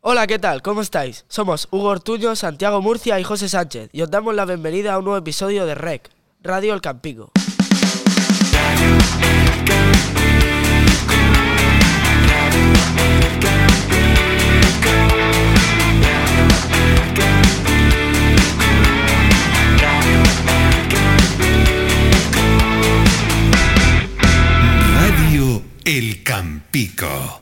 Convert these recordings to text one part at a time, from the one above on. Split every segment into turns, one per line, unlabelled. Hola, ¿qué tal? ¿Cómo estáis? Somos Hugo Ortuño, Santiago Murcia y José Sánchez y os damos la bienvenida a un nuevo episodio de REC, Radio El Campico.
Radio El Campico.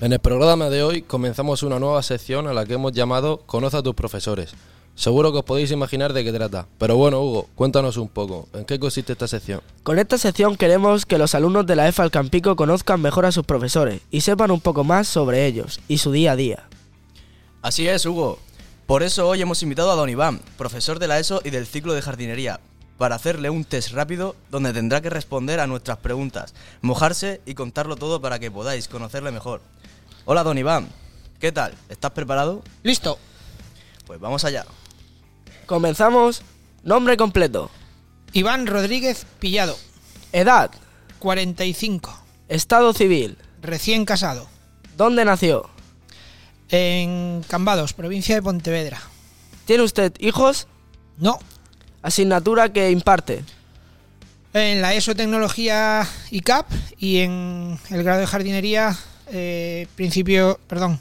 En el programa de hoy comenzamos una nueva sección a la que hemos llamado Conoce a tus profesores. Seguro que os podéis imaginar de qué trata, pero bueno, Hugo, cuéntanos un poco, ¿en qué consiste esta sección?
Con esta sección queremos que los alumnos de la EFA El Campico conozcan mejor a sus profesores y sepan un poco más sobre ellos y su día a día.
Así es, Hugo. Por eso hoy hemos invitado a Don Iván, profesor de la ESO y del ciclo de jardinería, para hacerle un test rápido donde tendrá que responder a nuestras preguntas, mojarse y contarlo todo para que podáis conocerle mejor. Hola, Don Iván. ¿Qué tal? ¿Estás preparado?
Listo.
Pues vamos allá.
Comenzamos. Nombre completo.
Iván Rodríguez Pillado,
Edad.
45,
Estado civil.
recién casado,
¿Dónde nació?
en Cambados, provincia de Pontevedra.
¿Tiene usted hijos?
No,
Asignatura que imparte.
en la ESO Tecnología ICAP y en el grado de jardinería, eh, principio, perdón,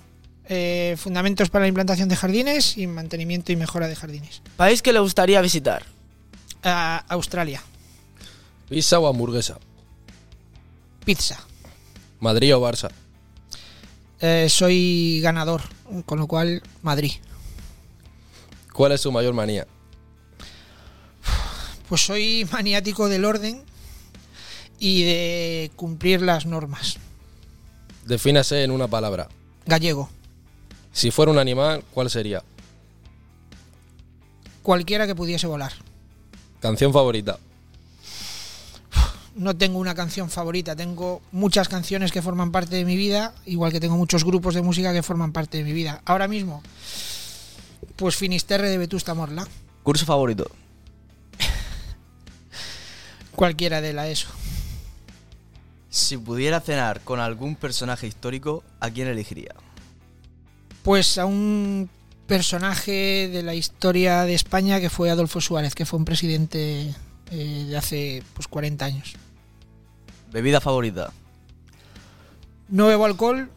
eh, fundamentos para la implantación de jardines y mantenimiento y mejora de jardines.
País que le gustaría visitar.
A Australia,
Pizza o hamburguesa,
pizza.
Madrid o Barça,
Eh, soy ganador, con lo cual Madrid.
¿cuál es su mayor manía?
Pues soy maniático del orden y de cumplir las normas.
Defínase en una palabra.
Gallego.
Si fuera un animal, ¿cuál sería?
cualquiera que pudiese volar.
Canción favorita,
No tengo una canción favorita, tengo muchas canciones que forman parte de mi vida, igual que tengo muchos grupos de música que forman parte de mi vida. Ahora mismo, pues Finisterre de Vetusta Morla,
Curso favorito.
cualquiera de la ESO.
Si pudiera cenar con algún personaje histórico, ¿a quién elegiría?
Pues a un personaje de la historia de España que fue Adolfo Suárez, que fue un presidente eh, de hace pues 40 años.
Bebida favorita.
No bebo alcohol,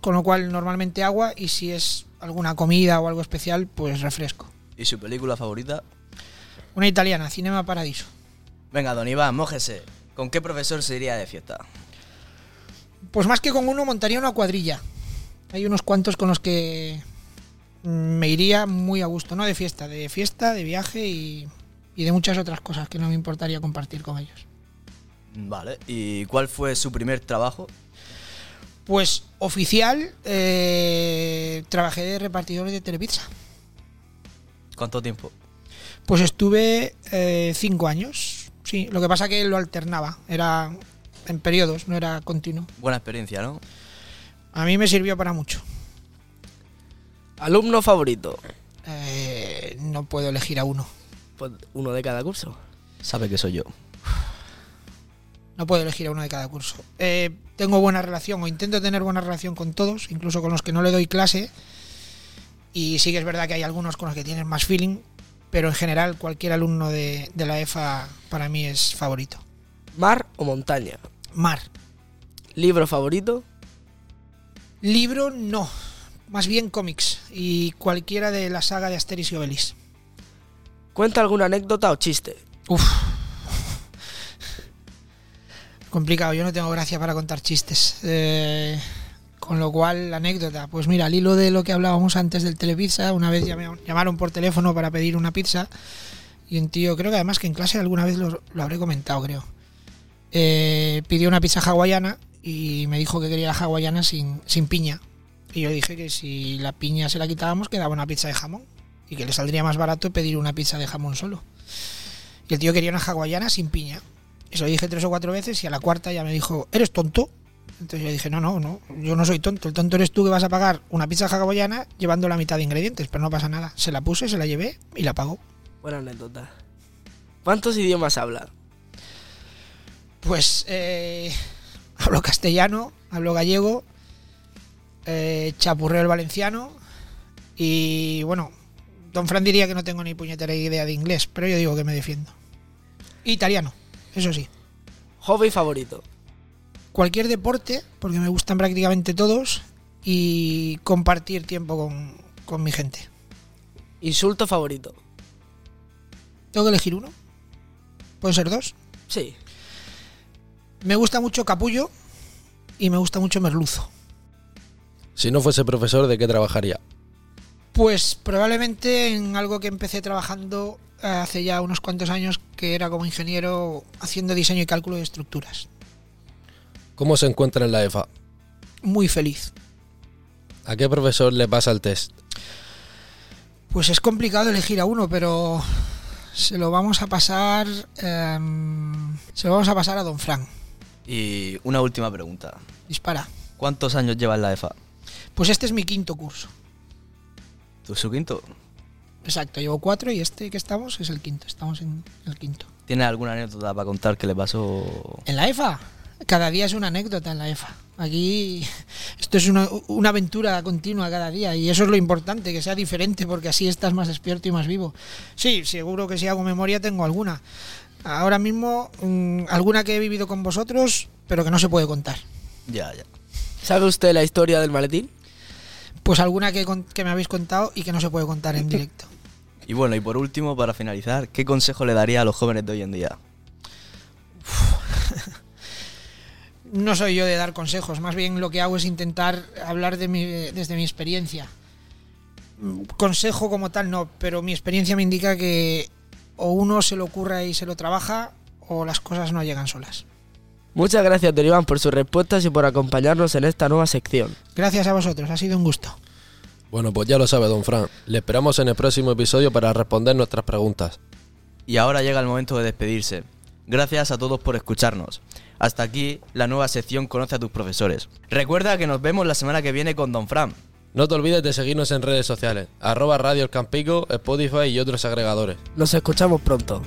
con lo cual normalmente agua y si es alguna comida o algo especial, pues refresco.
¿Y su película favorita?
Una italiana, Cinema Paradiso.
Venga, Don Iván, mójese. ¿Con qué profesor se iría de fiesta?
Pues más que con uno montaría una cuadrilla. Hay unos cuantos con los que mm, me iría muy a gusto, no de fiesta, de fiesta, de viaje y, y de muchas otras cosas que no me importaría compartir con ellos.
Vale. ¿Y cuál fue su primer trabajo?
Pues oficial, eh, trabajé de repartidor de Telepizza.
¿Cuánto tiempo?
Pues estuve eh, cinco años, sí. Lo que pasa que lo alternaba, era en periodos, no era continuo.
Buena experiencia, ¿no?
A mí me sirvió para mucho.
Alumno favorito.
Eh, no puedo elegir a uno.
Pues uno de cada curso.
Sabe que soy yo.
No puedo elegir a uno de cada curso. Eh, tengo buena relación o intento tener buena relación con todos, incluso con los que no le doy clase. Y sí que es verdad que hay algunos con los que tienen más feeling, pero en general cualquier alumno de, de la EFA para mí es favorito.
Mar o montaña.
Mar.
Libro favorito.
Libro no, más bien cómics y cualquiera de la saga de Asterix y Obelix.
Cuenta alguna anécdota o chiste.
Uf. Complicado, yo no tengo gracia para contar chistes. Eh, con lo cual, la anécdota. Pues mira, al hilo de lo que hablábamos antes del telepizza, una vez llamé- llamaron por teléfono para pedir una pizza y un tío, creo que además que en clase alguna vez lo, lo habré comentado, creo. eh, pidió una pizza hawaiana y me dijo que quería la hawaiana sin, sin piña. Y yo dije que si la piña se la quitábamos quedaba una pizza de jamón y que le saldría más barato pedir una pizza de jamón solo. Y el tío quería una hawaiana sin piña. Y se lo dije tres o cuatro veces y a la cuarta ya me dijo, ¿eres tonto? Entonces yo dije, no, no, no, yo no soy tonto. El tonto eres tú que vas a pagar una pizza hawaiana llevando la mitad de ingredientes, pero no pasa nada. Se la puse, se la llevé y la pagó.
Buena anécdota. ¿Cuántos idiomas habla?
Pues eh, hablo castellano, hablo gallego, eh, chapurreo el valenciano y bueno, Don Fran diría que no tengo ni puñetera idea de inglés, pero yo digo que me defiendo. Italiano, eso sí.
Hobby favorito.
Cualquier deporte, porque me gustan prácticamente todos, y compartir tiempo con, con mi gente.
Insulto favorito.
Tengo que elegir uno. Pueden ser dos.
Sí.
Me gusta mucho capullo y me gusta mucho merluzo.
Si no fuese profesor, ¿de qué trabajaría?
Pues probablemente en algo que empecé trabajando hace ya unos cuantos años, que era como ingeniero haciendo diseño y cálculo de estructuras.
¿Cómo se encuentra en la EFA?
Muy feliz.
¿A qué profesor le pasa el test?
Pues es complicado elegir a uno, pero se lo vamos a pasar. em, se lo vamos a pasar a Don Fran.
Y una última pregunta.
Dispara.
¿Cuántos años lleva en la EFA?
Pues este es mi quinto curso.
¿Tú su quinto?
Exacto, llevo cuatro y este que estamos es el quinto. Estamos en el quinto.
¿Tienes alguna anécdota para contar que le pasó?
¿En la EFA? Cada día es una anécdota en la EFA. Aquí esto es una, una aventura continua cada día y eso es lo importante, que sea diferente porque así estás más despierto y más vivo. Sí, seguro que si hago memoria tengo alguna. Ahora mismo mm, alguna que he vivido con vosotros pero que no se puede contar.
Ya, ya.
¿Sabe usted la historia del maletín?
Pues alguna que, con- que me habéis contado y que no se puede contar en directo.
Y bueno, y por último, para finalizar, ¿qué consejo le daría a los jóvenes de hoy en día?
no soy yo de dar consejos, más bien lo que hago es intentar hablar de mi- desde mi experiencia. Mm, Consejo como tal no, pero mi experiencia me indica que o uno se lo ocurra y se lo trabaja o las cosas no llegan solas.
Muchas gracias, Don Iván, por sus respuestas y por acompañarnos en esta nueva sección.
Gracias a vosotros, ha sido un gusto.
Bueno, pues ya lo sabe, don Fran. Le esperamos en el próximo episodio para responder nuestras preguntas.
Y ahora llega el momento de despedirse. Gracias a todos por escucharnos. Hasta aquí la nueva sección Conoce a tus profesores. Recuerda que nos vemos la semana que viene con Don Fran.
No te olvides de seguirnos en redes sociales, arroba Radio El Campico, Spotify y otros agregadores.
Nos escuchamos pronto.